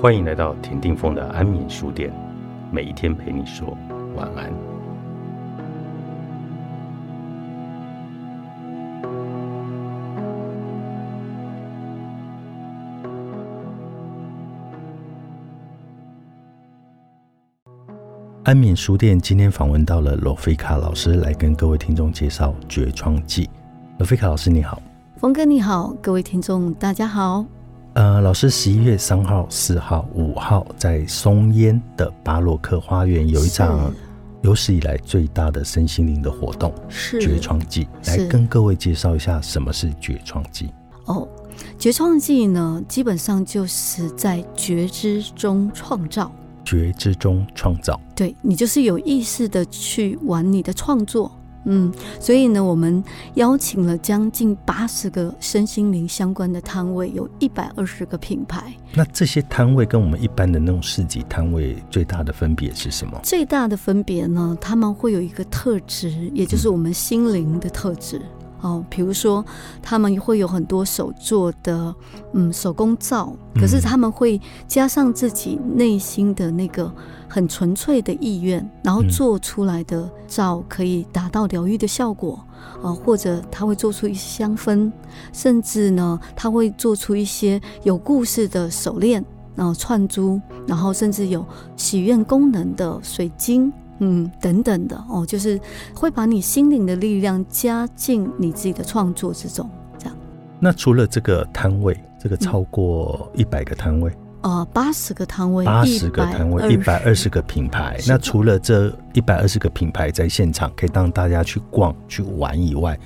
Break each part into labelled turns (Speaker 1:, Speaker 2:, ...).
Speaker 1: 欢迎来到田定峰的安眠书店，每一天陪你说晚安。安眠书店今天访问到了罗菲卡老师，来跟各位听众介绍《绝创记》。罗菲卡老师你好，
Speaker 2: 峰哥你好，各位听众大家好。
Speaker 1: 呃，老师十一月三号、四号、五号在松烟的巴洛克花园有一场有史以来最大的身心灵的活动
Speaker 2: 是
Speaker 1: 《绝创季》，来
Speaker 2: 是
Speaker 1: 跟各位介绍一下什么是《绝创季》。
Speaker 2: 哦，绝创记呢，基本上就是在觉知中创造，
Speaker 1: 觉知中创造，
Speaker 2: 对你就是有意识的去玩你的创作。嗯，所以呢，我们邀请了将近八十个身心灵相关的摊位，有一百二十个品牌。
Speaker 1: 那这些摊位跟我们一般的那种市集摊位最大的分别是什么？
Speaker 2: 最大的分别呢，他们会有一个特质，也就是我们心灵的特质。哦，比如说，他们会有很多手做的，嗯，手工皂，
Speaker 1: 嗯
Speaker 2: 可是他们会加上自己内心的那个很纯粹的意愿，然后
Speaker 1: 嗯
Speaker 2: 做出来的皂可以达到疗愈的效果，啊、或者他会做出一些香氛，甚至呢，他会做出一些有故事的手链，然后串珠，然后甚至有许愿功能的水晶，嗯，等等的哦，就是会把你心灵的力量加进你自己的创作之中，这样。
Speaker 1: 那除了这个摊位，这个超过一百个摊位，
Speaker 2: 呃，八十个摊位，
Speaker 1: 八十个摊位，一百二十个品牌。
Speaker 2: 是的
Speaker 1: 那除了这一百二十个品牌在现场可以让大家去逛、去玩以外，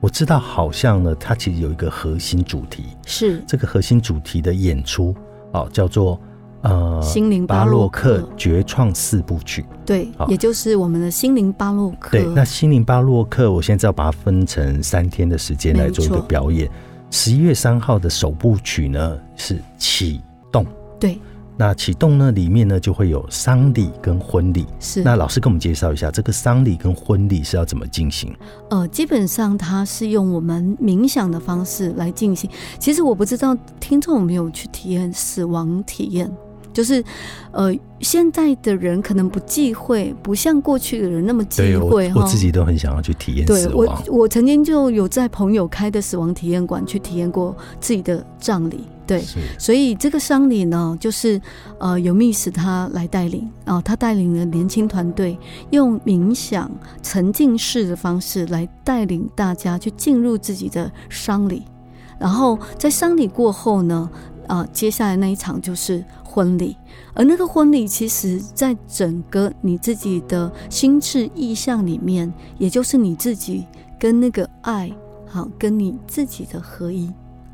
Speaker 1: 我知道好像呢，它其实有一个核心主题，
Speaker 2: 是
Speaker 1: 这个核心主题的演出哦，叫做呃
Speaker 2: 心灵
Speaker 1: 巴
Speaker 2: 巴
Speaker 1: 洛
Speaker 2: 洛
Speaker 1: 克
Speaker 2: 克
Speaker 1: 绝创四部曲。
Speaker 2: 对
Speaker 1: 好，
Speaker 2: 也就是我们的心灵巴洛克。
Speaker 1: 对，那心灵巴洛克，我现在要把它分成三天的时间来做一个
Speaker 2: 没错
Speaker 1: 表演。十一月三号的首部曲呢是启动，
Speaker 2: 对
Speaker 1: 那启动呢里面呢就会有丧礼跟婚礼。
Speaker 2: 是
Speaker 1: 那老师给我们介绍一下，这个丧礼跟婚礼是要怎么进行？
Speaker 2: 呃，基本上它是用我们冥想的方式来进行。其实我不知道听众有没有去体验死亡体验，就是呃，现在的人可能不忌讳，不像过去的人那么忌
Speaker 1: 我
Speaker 2: 讳
Speaker 1: 我
Speaker 2: 哈。
Speaker 1: 自己都很想要去体验
Speaker 2: 对
Speaker 1: 死
Speaker 2: 我
Speaker 1: 亡，。
Speaker 2: 我曾经就有在朋友开的死亡体验馆去体验过自己的葬礼，对，
Speaker 1: 是
Speaker 2: 所以这个丧礼呢，就是呃由密斯他来带领啊、他带领了年轻团队，用冥想沉浸式的方式来带领大家去进入自己的丧礼，然后在丧礼过后呢，啊，接下来那一场就是婚礼，而那个婚礼其实在整个你自己的心智意向里面，也就是你自己跟那个爱，好、跟你自己的合一。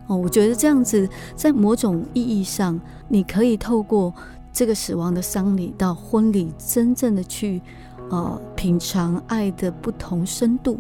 Speaker 2: 哦，我觉得这样子，在某种意义上，你可以透过这个死亡的丧礼到婚礼，真正的去，呃，品尝爱的不同深度。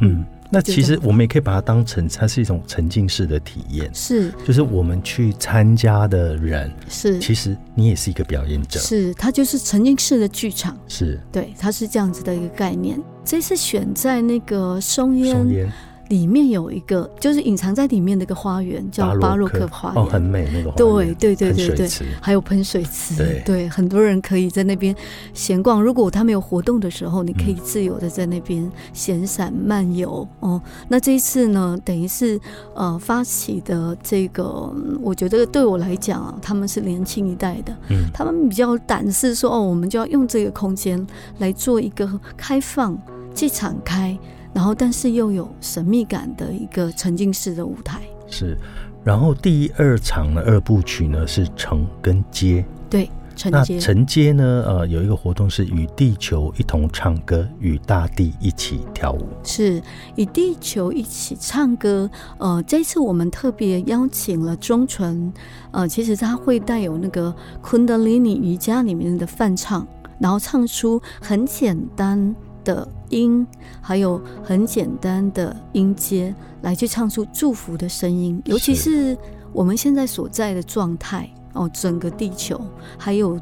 Speaker 1: 嗯。那其
Speaker 2: 觉
Speaker 1: 实我们也可以把它当成，它是一种沉浸式的体验，
Speaker 2: 是
Speaker 1: 就是我们去参加的人，
Speaker 2: 是
Speaker 1: 其实你也是一个表演者，
Speaker 2: 嗯是，它就是沉浸式的剧场。
Speaker 1: 是
Speaker 2: 对，它是这样子的一个概念。这次选在那个松
Speaker 1: 松
Speaker 2: 烟
Speaker 1: 烟
Speaker 2: 里面有一个，就是隐藏在里面的一个花园，叫巴洛克花
Speaker 1: 哦，
Speaker 2: 园。
Speaker 1: 很美那个花
Speaker 2: 对
Speaker 1: 园，
Speaker 2: 对对
Speaker 1: 喷
Speaker 2: 对
Speaker 1: 水
Speaker 2: 对，
Speaker 1: 池，
Speaker 2: 还有喷水池，
Speaker 1: 对
Speaker 2: 很多人可以在那边闲逛。如果他们有活动的时候，你可以
Speaker 1: 嗯
Speaker 2: 自由的在那边闲散漫游、哦。那这一次呢，等于是呃发起的这个，嗯我觉得对我来讲啊，他们是年轻一代的，
Speaker 1: 嗯，
Speaker 2: 他们比较胆识说，哦，我们就要用这个空间来做一个开放、既敞开，然后但是又有神秘感的一个沉浸式的舞台。
Speaker 1: 是。然后第二场呢，二部曲呢是城跟街，
Speaker 2: 对，承
Speaker 1: 那
Speaker 2: 接
Speaker 1: 承接呢，呃，有一个活动是与地球一同唱歌，与大地一起跳舞。
Speaker 2: 是与地球一起唱歌。呃，这次我们特别邀请了钟纯，呃，其实他会带有那个昆德里尼瑜伽里面的泛唱，然后唱出很简单的音，还有很简单的音阶，来去唱出祝福的声音，尤其是我们现在所在的状态哦，整个地球还有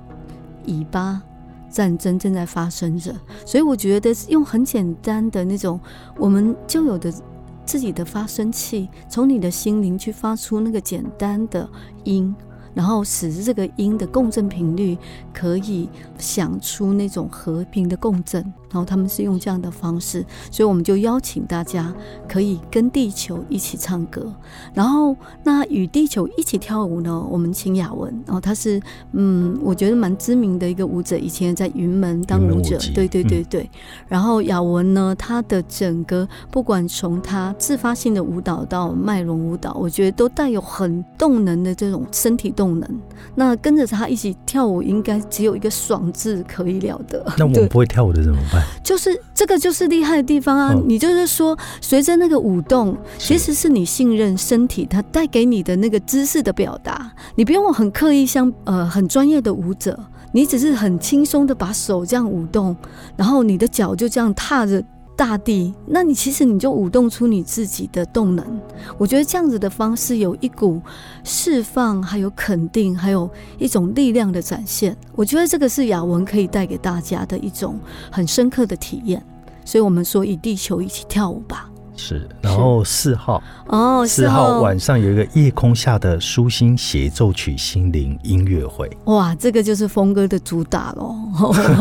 Speaker 2: 以巴。战争正在发生着，所以我觉得用很简单的那种我们就有的自己的发声器，从你的心灵去发出那个简单的音，然后使这个音的共振频率可以想出那种和平的共振。然后他们是用这样的方式，所以我们就邀请大家可以跟地球一起唱歌。然后那与地球一起跳舞呢，我们请雅文，然后他是嗯，我觉得蛮知名的一个舞者，以前在云门当
Speaker 1: 云门
Speaker 2: 舞
Speaker 1: 舞
Speaker 2: 者
Speaker 1: 集，
Speaker 2: 对对对
Speaker 1: 嗯
Speaker 2: 对。然后雅文呢，他的整个不管从他自发性的舞蹈到麦伦舞蹈，我觉得都带有很动能的这种身体动能。那跟着他一起跳舞，应该只有一个爽字可以了得。
Speaker 1: 那我
Speaker 2: 啊对
Speaker 1: 们不会跳舞的怎么办？
Speaker 2: 就是这个就是厉害的地方啊！
Speaker 1: 嗯
Speaker 2: 你就是说，随着那个舞动， 其实是你信任身体它带给你的那个姿势的表达，你不用很刻意像呃很专业的舞者，你只是很轻松的把手这样舞动，然后你的脚就这样踏着。大地，那你其实你就舞动出你自己的动能。我觉得这样子的方式有一股释放，还有肯定，还有一种力量的展现。我觉得这个是雅文可以带给大家的一种很深刻的体验。所以我们说，与地球一起跳舞吧。
Speaker 1: 是。然后四号，
Speaker 2: 哦，
Speaker 1: 四
Speaker 2: 是
Speaker 1: 号
Speaker 2: 哦
Speaker 1: 晚上有一个夜空下的舒心协奏曲心灵音乐会，
Speaker 2: 哇，这个就是峰哥的主打喽，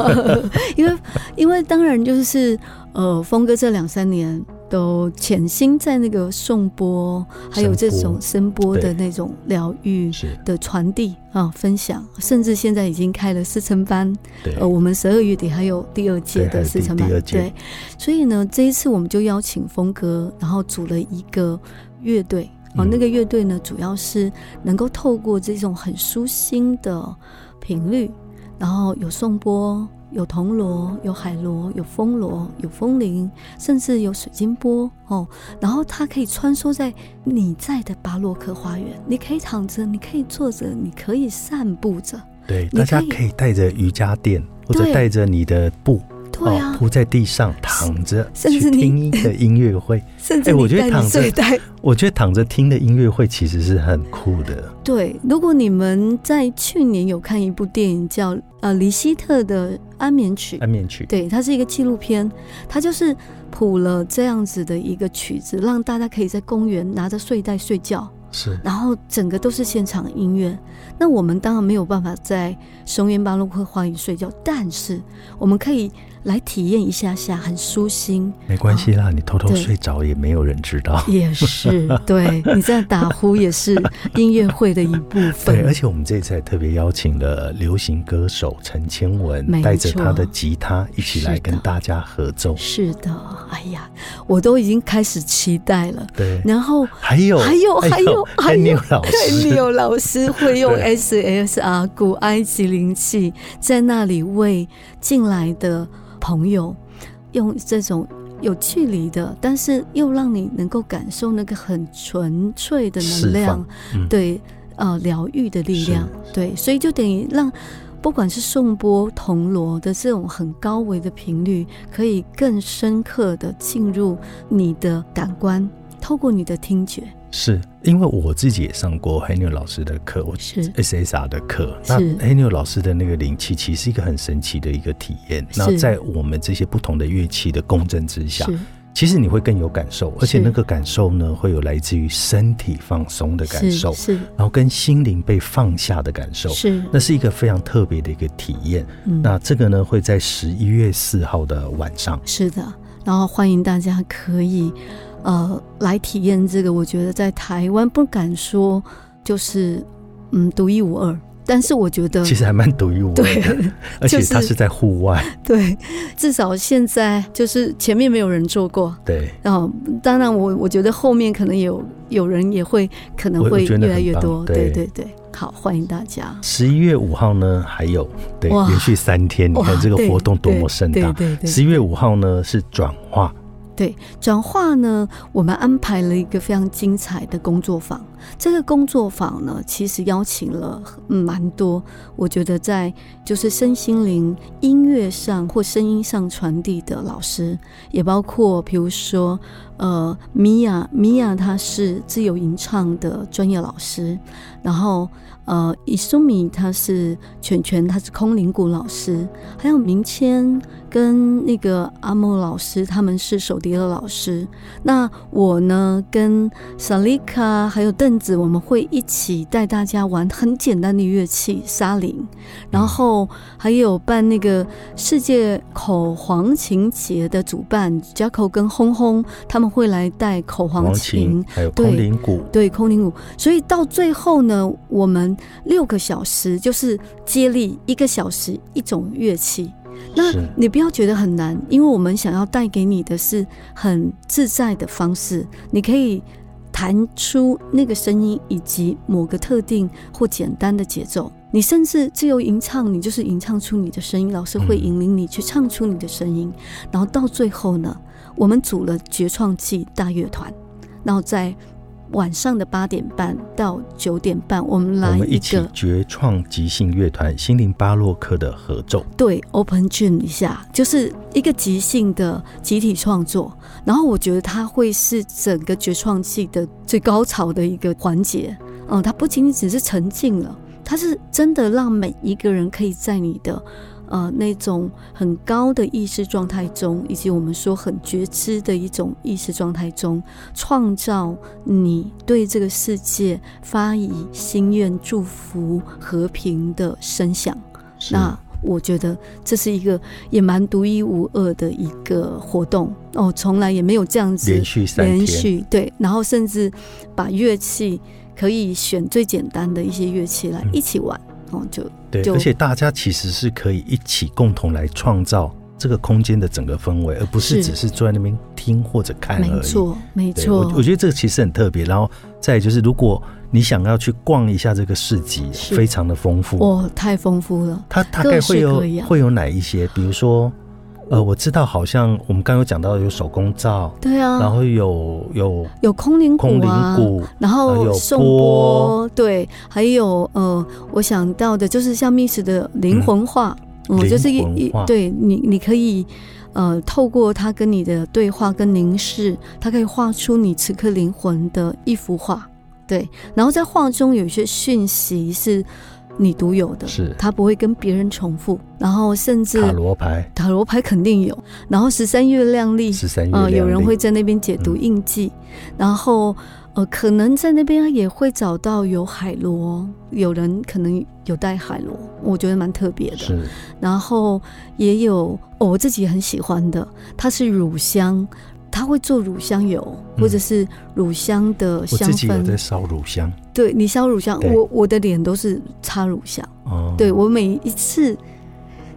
Speaker 2: 因为因为当然就是呃，峰哥这两三年都潜心在那个颂钵，还有这种声波的
Speaker 1: 对
Speaker 2: 那种疗愈
Speaker 1: 是
Speaker 2: 的传递啊，分享，甚至现在已经开了四成班，
Speaker 1: 对。
Speaker 2: 呃，我们十二月底还有第二届
Speaker 1: 对还
Speaker 2: 的
Speaker 1: 有
Speaker 2: 四
Speaker 1: 第
Speaker 2: 成版
Speaker 1: 第二，届
Speaker 2: 对，所以呢，这一次我们就邀请峰哥，然后组了一个乐队。哦，
Speaker 1: 嗯
Speaker 2: 那个乐队呢，主要是能够透过这种很舒心的频率，然后有颂钵，有铜锣，有海螺，有风锣，有风铃，甚至有水晶波哦。然后它可以穿梭在你在的巴洛克花园，你可以躺着，你可以坐着，你可以散步着。
Speaker 1: 对，
Speaker 2: 你
Speaker 1: 大家
Speaker 2: 可以
Speaker 1: 可以带着瑜伽垫，或
Speaker 2: 对
Speaker 1: 者带着你的布，哦
Speaker 2: 对啊，
Speaker 1: 铺在地上躺着
Speaker 2: 甚
Speaker 1: 去
Speaker 2: 至你
Speaker 1: 听一个音乐会。
Speaker 2: 甚至
Speaker 1: 哎
Speaker 2: 你
Speaker 1: 我觉得
Speaker 2: 带
Speaker 1: 躺
Speaker 2: 你
Speaker 1: 着
Speaker 2: 睡袋。
Speaker 1: 我觉得躺着听的音乐会其实是很酷的。
Speaker 2: 对，如果你们在去年有看一部电影叫呃李希特的《安眠曲》，
Speaker 1: 安眠曲，
Speaker 2: 对，它是一个纪录片，它就是谱了这样子的一个曲子，让大家可以在公园拿着睡袋睡觉，
Speaker 1: 是
Speaker 2: 然后整个都是现场音乐。那我们当然没有办法在松烟巴洛克花园睡觉，但是我们可以来体验一下下，很舒心，
Speaker 1: 没关系啦，你偷偷
Speaker 2: 啊对
Speaker 1: 睡着也没有人知道。
Speaker 2: 也是 对你这样打呼也是音乐会的一部
Speaker 1: 对，而
Speaker 2: 分。
Speaker 1: 且我们这次还特别邀请了流行歌手陈千
Speaker 2: 没
Speaker 1: 文，带着
Speaker 2: 错
Speaker 1: 他的吉他一起来
Speaker 2: 是的
Speaker 1: 跟大家合奏。
Speaker 2: 是的，哎呀，我都已经开始期待了。
Speaker 1: 对，
Speaker 2: 然后
Speaker 1: 还有哎
Speaker 2: 还有还有还
Speaker 1: 还有
Speaker 2: 有
Speaker 1: 老
Speaker 2: 对，
Speaker 1: 师，
Speaker 2: 你有老师会用
Speaker 1: 对
Speaker 2: SSR 古埃及灵气，在那里为进来的朋友用这种有距离的，但是又让你能够感受那个很纯粹的能量，
Speaker 1: 释放嗯
Speaker 2: 对，呃，疗愈的力量，对，所以就等于让。不管是颂钵、铜锣的这种很高维的频率，可以更深刻的进入你的感官，透过你的听觉，
Speaker 1: 是因为我自己也上过黑妞老师的课，我
Speaker 2: 是
Speaker 1: SSR 的课。
Speaker 2: 是
Speaker 1: 那黑妞老师的那个灵气，其实是一个很神奇的一个体验。
Speaker 2: 是
Speaker 1: 那在我们这些不同的乐器的共振之下，
Speaker 2: 是
Speaker 1: 其实你会更有感受，而且
Speaker 2: 是
Speaker 1: 那个感受呢，会有来自于身体放松的感受，
Speaker 2: 是
Speaker 1: 然后跟心灵被放下的感受
Speaker 2: 是。是，
Speaker 1: 那是一个非常特别的一个体验。
Speaker 2: 嗯
Speaker 1: 那这个呢，会在十一月四号的晚上。
Speaker 2: 是的，然后欢迎大家可以呃来体验这个，我觉得在台湾不敢说就是嗯独一无二，但是我觉得
Speaker 1: 其实还蛮独一无二
Speaker 2: 嗯对
Speaker 1: 的， 而且
Speaker 2: 就是
Speaker 1: 它是在户外，
Speaker 2: 对，至少现在就是前面没有人做过。
Speaker 1: 对，
Speaker 2: 哦，当然我，我觉得后面可能有有人也会，可能
Speaker 1: 我
Speaker 2: 会
Speaker 1: 我觉得
Speaker 2: 越来
Speaker 1: 很
Speaker 2: 越
Speaker 1: 棒
Speaker 2: 多。
Speaker 1: 对
Speaker 2: 对对，好，欢迎大家。
Speaker 1: 十一月五号呢，还有对
Speaker 2: 哇
Speaker 1: 连续三天，你
Speaker 2: 哇，
Speaker 1: 看这个
Speaker 2: 对
Speaker 1: 活动多
Speaker 2: 对
Speaker 1: 么盛
Speaker 2: 对
Speaker 1: 大。
Speaker 2: 对对
Speaker 1: 十一月五号呢是转化，
Speaker 2: 转化呢，我们安排了一个非常精彩的工作坊。这个工作坊呢，其实邀请了嗯蛮多，我觉得在就是身心灵音乐上或声音上传递的老师，也包括比如说呃米娅，米娅她是自由吟唱的专业老师，然后呃伊苏米她是犬犬，她是空灵鼓老师，还有明谦跟那个阿莫老师，他们是手碟的老师。那我呢，跟萨丽卡还有邓阵子我们会一起带大家玩很简单的乐器沙铃，然后还有办那个世界口簧琴节的主办 Jaco 跟轰轰他们会来带口簧
Speaker 1: 王
Speaker 2: 琴
Speaker 1: 琴，还有
Speaker 2: 对
Speaker 1: 空灵鼓，
Speaker 2: 对空灵舞，所以到最后呢，我们六个小时就是接力一个小时一种乐器。那
Speaker 1: 是
Speaker 2: 你不要觉得很难，因为我们想要带给你的是很自在的方式，你可以弹出那个声音以及某个特定或简单的节奏。你甚至自由吟唱，你就是吟唱出你的声音，老师会
Speaker 1: 嗯
Speaker 2: 引领你去唱出你的声音。然后到最后呢，我们组了绝创季大乐团，然后在晚上的八点半到九点半，我们
Speaker 1: 我
Speaker 2: 来
Speaker 1: 们
Speaker 2: 一
Speaker 1: 一起
Speaker 2: 个
Speaker 1: 绝创即兴乐团心灵巴洛克的合奏，
Speaker 2: 对 Open Tune 一下，就是一个即兴的集体创作。然后我觉得它会是整个绝创季的最高潮的一个环节。嗯，它不仅仅只是沉浸了，它是真的让每一个人可以在你的。呃，那种很高的意识状态中，以及我们说很觉知的一种意识状态中，创造你对这个世界发以心愿、祝福、和平的声响。
Speaker 1: 是
Speaker 2: 那我觉得这是一个也蛮独一无二的一个活动哦，从来也没有这样子
Speaker 1: 连续三
Speaker 2: 连
Speaker 1: 天，
Speaker 2: 续对，然后甚至把乐器可以选最简单的一些乐器来
Speaker 1: 嗯
Speaker 2: 一起玩、哦，就
Speaker 1: 对，
Speaker 2: 就
Speaker 1: 而且大家其实是可以一起共同来创造这个空间的整个氛围，而不是
Speaker 2: 是
Speaker 1: 只是坐在那边听或者看
Speaker 2: 没
Speaker 1: 而已。
Speaker 2: 错没
Speaker 1: 对我
Speaker 2: 错
Speaker 1: 我，觉得这个其实很特别。然后再来就是，如果你想要去逛一下这个市集，
Speaker 2: 是
Speaker 1: 非常的丰富。
Speaker 2: 哇，太丰富了，
Speaker 1: 它大概会
Speaker 2: 各式
Speaker 1: 有
Speaker 2: 各样
Speaker 1: 会有哪一些？比如说，呃，我知道好像我们刚刚有讲到有手工皂，
Speaker 2: 对
Speaker 1: 然
Speaker 2: 啊，
Speaker 1: 后有有
Speaker 2: 有空灵鼓
Speaker 1: 空灵
Speaker 2: 啊。
Speaker 1: 鼓，
Speaker 2: 然
Speaker 1: 还
Speaker 2: 后
Speaker 1: 有
Speaker 2: 颂
Speaker 1: 钵
Speaker 2: 钵，对，还有呃，我想到的就是像 Miss 的灵魂画，嗯，
Speaker 1: 灵
Speaker 2: 就是一
Speaker 1: 魂
Speaker 2: 一
Speaker 1: 画
Speaker 2: 对你，你可以呃，透过他跟你的对话跟凝视，他可以画出你此刻灵魂的一幅画，对，然后在画中有一些讯息是你独有的，
Speaker 1: 是
Speaker 2: 它不会跟别人重复，然后甚至
Speaker 1: 塔罗牌，
Speaker 2: 塔罗牌肯定有，然后十三月亮历
Speaker 1: 十三月
Speaker 2: 呃，
Speaker 1: 亮
Speaker 2: 有人
Speaker 1: 历
Speaker 2: 会在那边解
Speaker 1: 嗯
Speaker 2: 读印记，然后呃，可能在那边也会找到有海螺，有人可能有带海螺，我觉得蛮特别的。
Speaker 1: 是
Speaker 2: 然后也有、哦、我自己很喜欢的，它是乳香，它会做乳香油、
Speaker 1: 嗯
Speaker 2: 或者是乳香的
Speaker 1: 我
Speaker 2: 香
Speaker 1: 自己有在
Speaker 2: 氛。
Speaker 1: 烧乳香
Speaker 2: 对你烧乳香，
Speaker 1: 对
Speaker 2: 我我的脸都是擦乳香。
Speaker 1: 哦，
Speaker 2: 对我每一次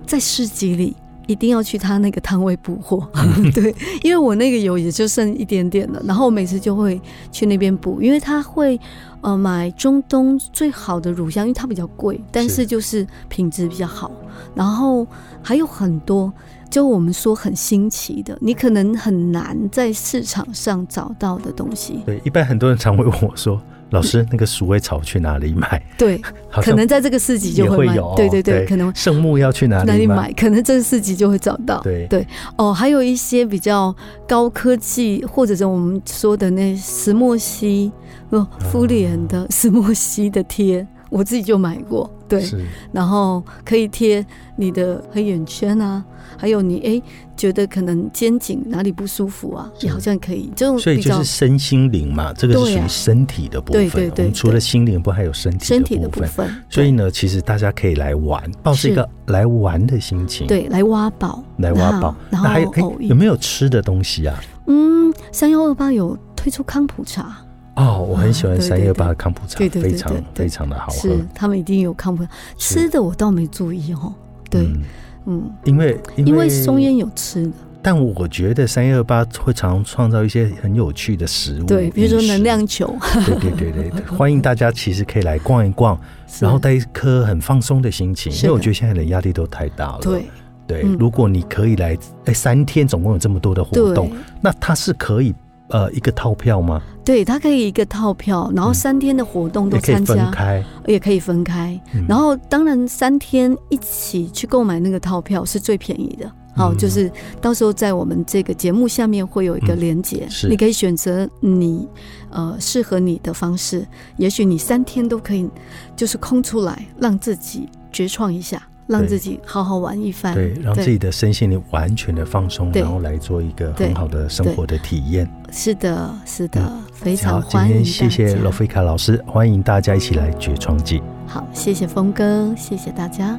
Speaker 2: 在市集里。一定要去他那个摊位补货， 对，因为我那个油也就剩一点点了，然后我每次就会去那边补，因为他会呃买中东最好的乳香，因为它比较贵，但是
Speaker 1: 是
Speaker 2: 就是品质比较好，然后还有很多就我们说很新奇的，你可能很难在市场上找到的东西，
Speaker 1: 对，一般很多人常会问我说：“老师，那个鼠尾草去哪里买
Speaker 2: 对，？”
Speaker 1: 好
Speaker 2: 嗯可
Speaker 1: 像
Speaker 2: 能在这个市集
Speaker 1: 也
Speaker 2: 就
Speaker 1: 会
Speaker 2: 卖，
Speaker 1: 有哦，
Speaker 2: 对对对，可能
Speaker 1: 圣木要去哪
Speaker 2: 哪
Speaker 1: 里
Speaker 2: 里
Speaker 1: 买？
Speaker 2: 买，可能这四集就会找到。
Speaker 1: 对
Speaker 2: 对哦，还有一些比较高科技，或者是我们说的那石墨烯，哦，
Speaker 1: 啊
Speaker 2: 敷脸的石墨烯的贴，我自己就买过。对，
Speaker 1: 是
Speaker 2: 然后可以贴你的黑眼圈啊，还有你哎觉得可能肩颈哪里不舒服啊，
Speaker 1: 是
Speaker 2: 也好像可以这种
Speaker 1: 所以
Speaker 2: 比
Speaker 1: 就
Speaker 2: 较
Speaker 1: 是身心灵嘛，这个是
Speaker 2: 对
Speaker 1: 属于
Speaker 2: 啊
Speaker 1: 身体的部分。啊
Speaker 2: 对对对
Speaker 1: 我们除了心灵部分，还有身体
Speaker 2: 身体的
Speaker 1: 部
Speaker 2: 部
Speaker 1: 分。
Speaker 2: 分。
Speaker 1: 所以呢，其实大家可以来玩，抱着一个来玩的心情，，
Speaker 2: 对对来挖宝，
Speaker 1: 来挖宝。
Speaker 2: 然后
Speaker 1: 那还有哎
Speaker 2: 然后偶遇
Speaker 1: 有没有吃的东西啊？
Speaker 2: 嗯，三幺二八有推出康普茶。
Speaker 1: 哦，我很喜欢
Speaker 2: 啊对对
Speaker 1: 三月八的康普茶，
Speaker 2: 对对对
Speaker 1: 非常
Speaker 2: 对对
Speaker 1: 非常的好喝
Speaker 2: 是。，他们一定有看不到
Speaker 1: 是
Speaker 2: 吃的，我倒没注意哦。对，
Speaker 1: 嗯
Speaker 2: 嗯，
Speaker 1: 因为
Speaker 2: 因为松烟有吃的，
Speaker 1: 但我觉得三一二八会常创造一些很有趣的食物，
Speaker 2: 对，比如说
Speaker 1: 饮食
Speaker 2: 能，量球，
Speaker 1: 对对对对对， 欢迎大家其实可以来逛一逛，
Speaker 2: 是
Speaker 1: 然后带一颗很放松的心情，
Speaker 2: 是
Speaker 1: 因
Speaker 2: 的
Speaker 1: 为我觉得现在的压力都太大了。
Speaker 2: 对
Speaker 1: 对
Speaker 2: 嗯
Speaker 1: 如果你可以来，哎，三天总共有这么多的活动
Speaker 2: 对，
Speaker 1: 那它是可以呃一个套票吗？
Speaker 2: 对，它可以一个套票，然后
Speaker 1: 嗯
Speaker 2: 三天的活动都
Speaker 1: 也可以
Speaker 2: 参
Speaker 1: 分
Speaker 2: 加，
Speaker 1: 开，
Speaker 2: 也可以分开。
Speaker 1: 嗯
Speaker 2: 然后当然三天一起去购买那个套票是最便宜的。好，
Speaker 1: 嗯
Speaker 2: 就是到时候在我们这个节目下面会有一个
Speaker 1: 嗯
Speaker 2: 连接，
Speaker 1: 是
Speaker 2: 你可以选择你呃适合你的方式。也许你三天都可以，就是空出来让自己绝创一下。让自己好好玩一番，
Speaker 1: 嗯对，让自己的身心灵完全的放松，
Speaker 2: 对
Speaker 1: 然后来做一个很好的生活的体验。
Speaker 2: 是的，是的，非
Speaker 1: 嗯好，
Speaker 2: 常
Speaker 1: 今
Speaker 2: 欢迎
Speaker 1: 天
Speaker 2: 大
Speaker 1: 谢谢
Speaker 2: 家
Speaker 1: 罗菲卡老师，欢迎大家一起来绝创记。
Speaker 2: 好，谢谢峰哥，谢谢大家。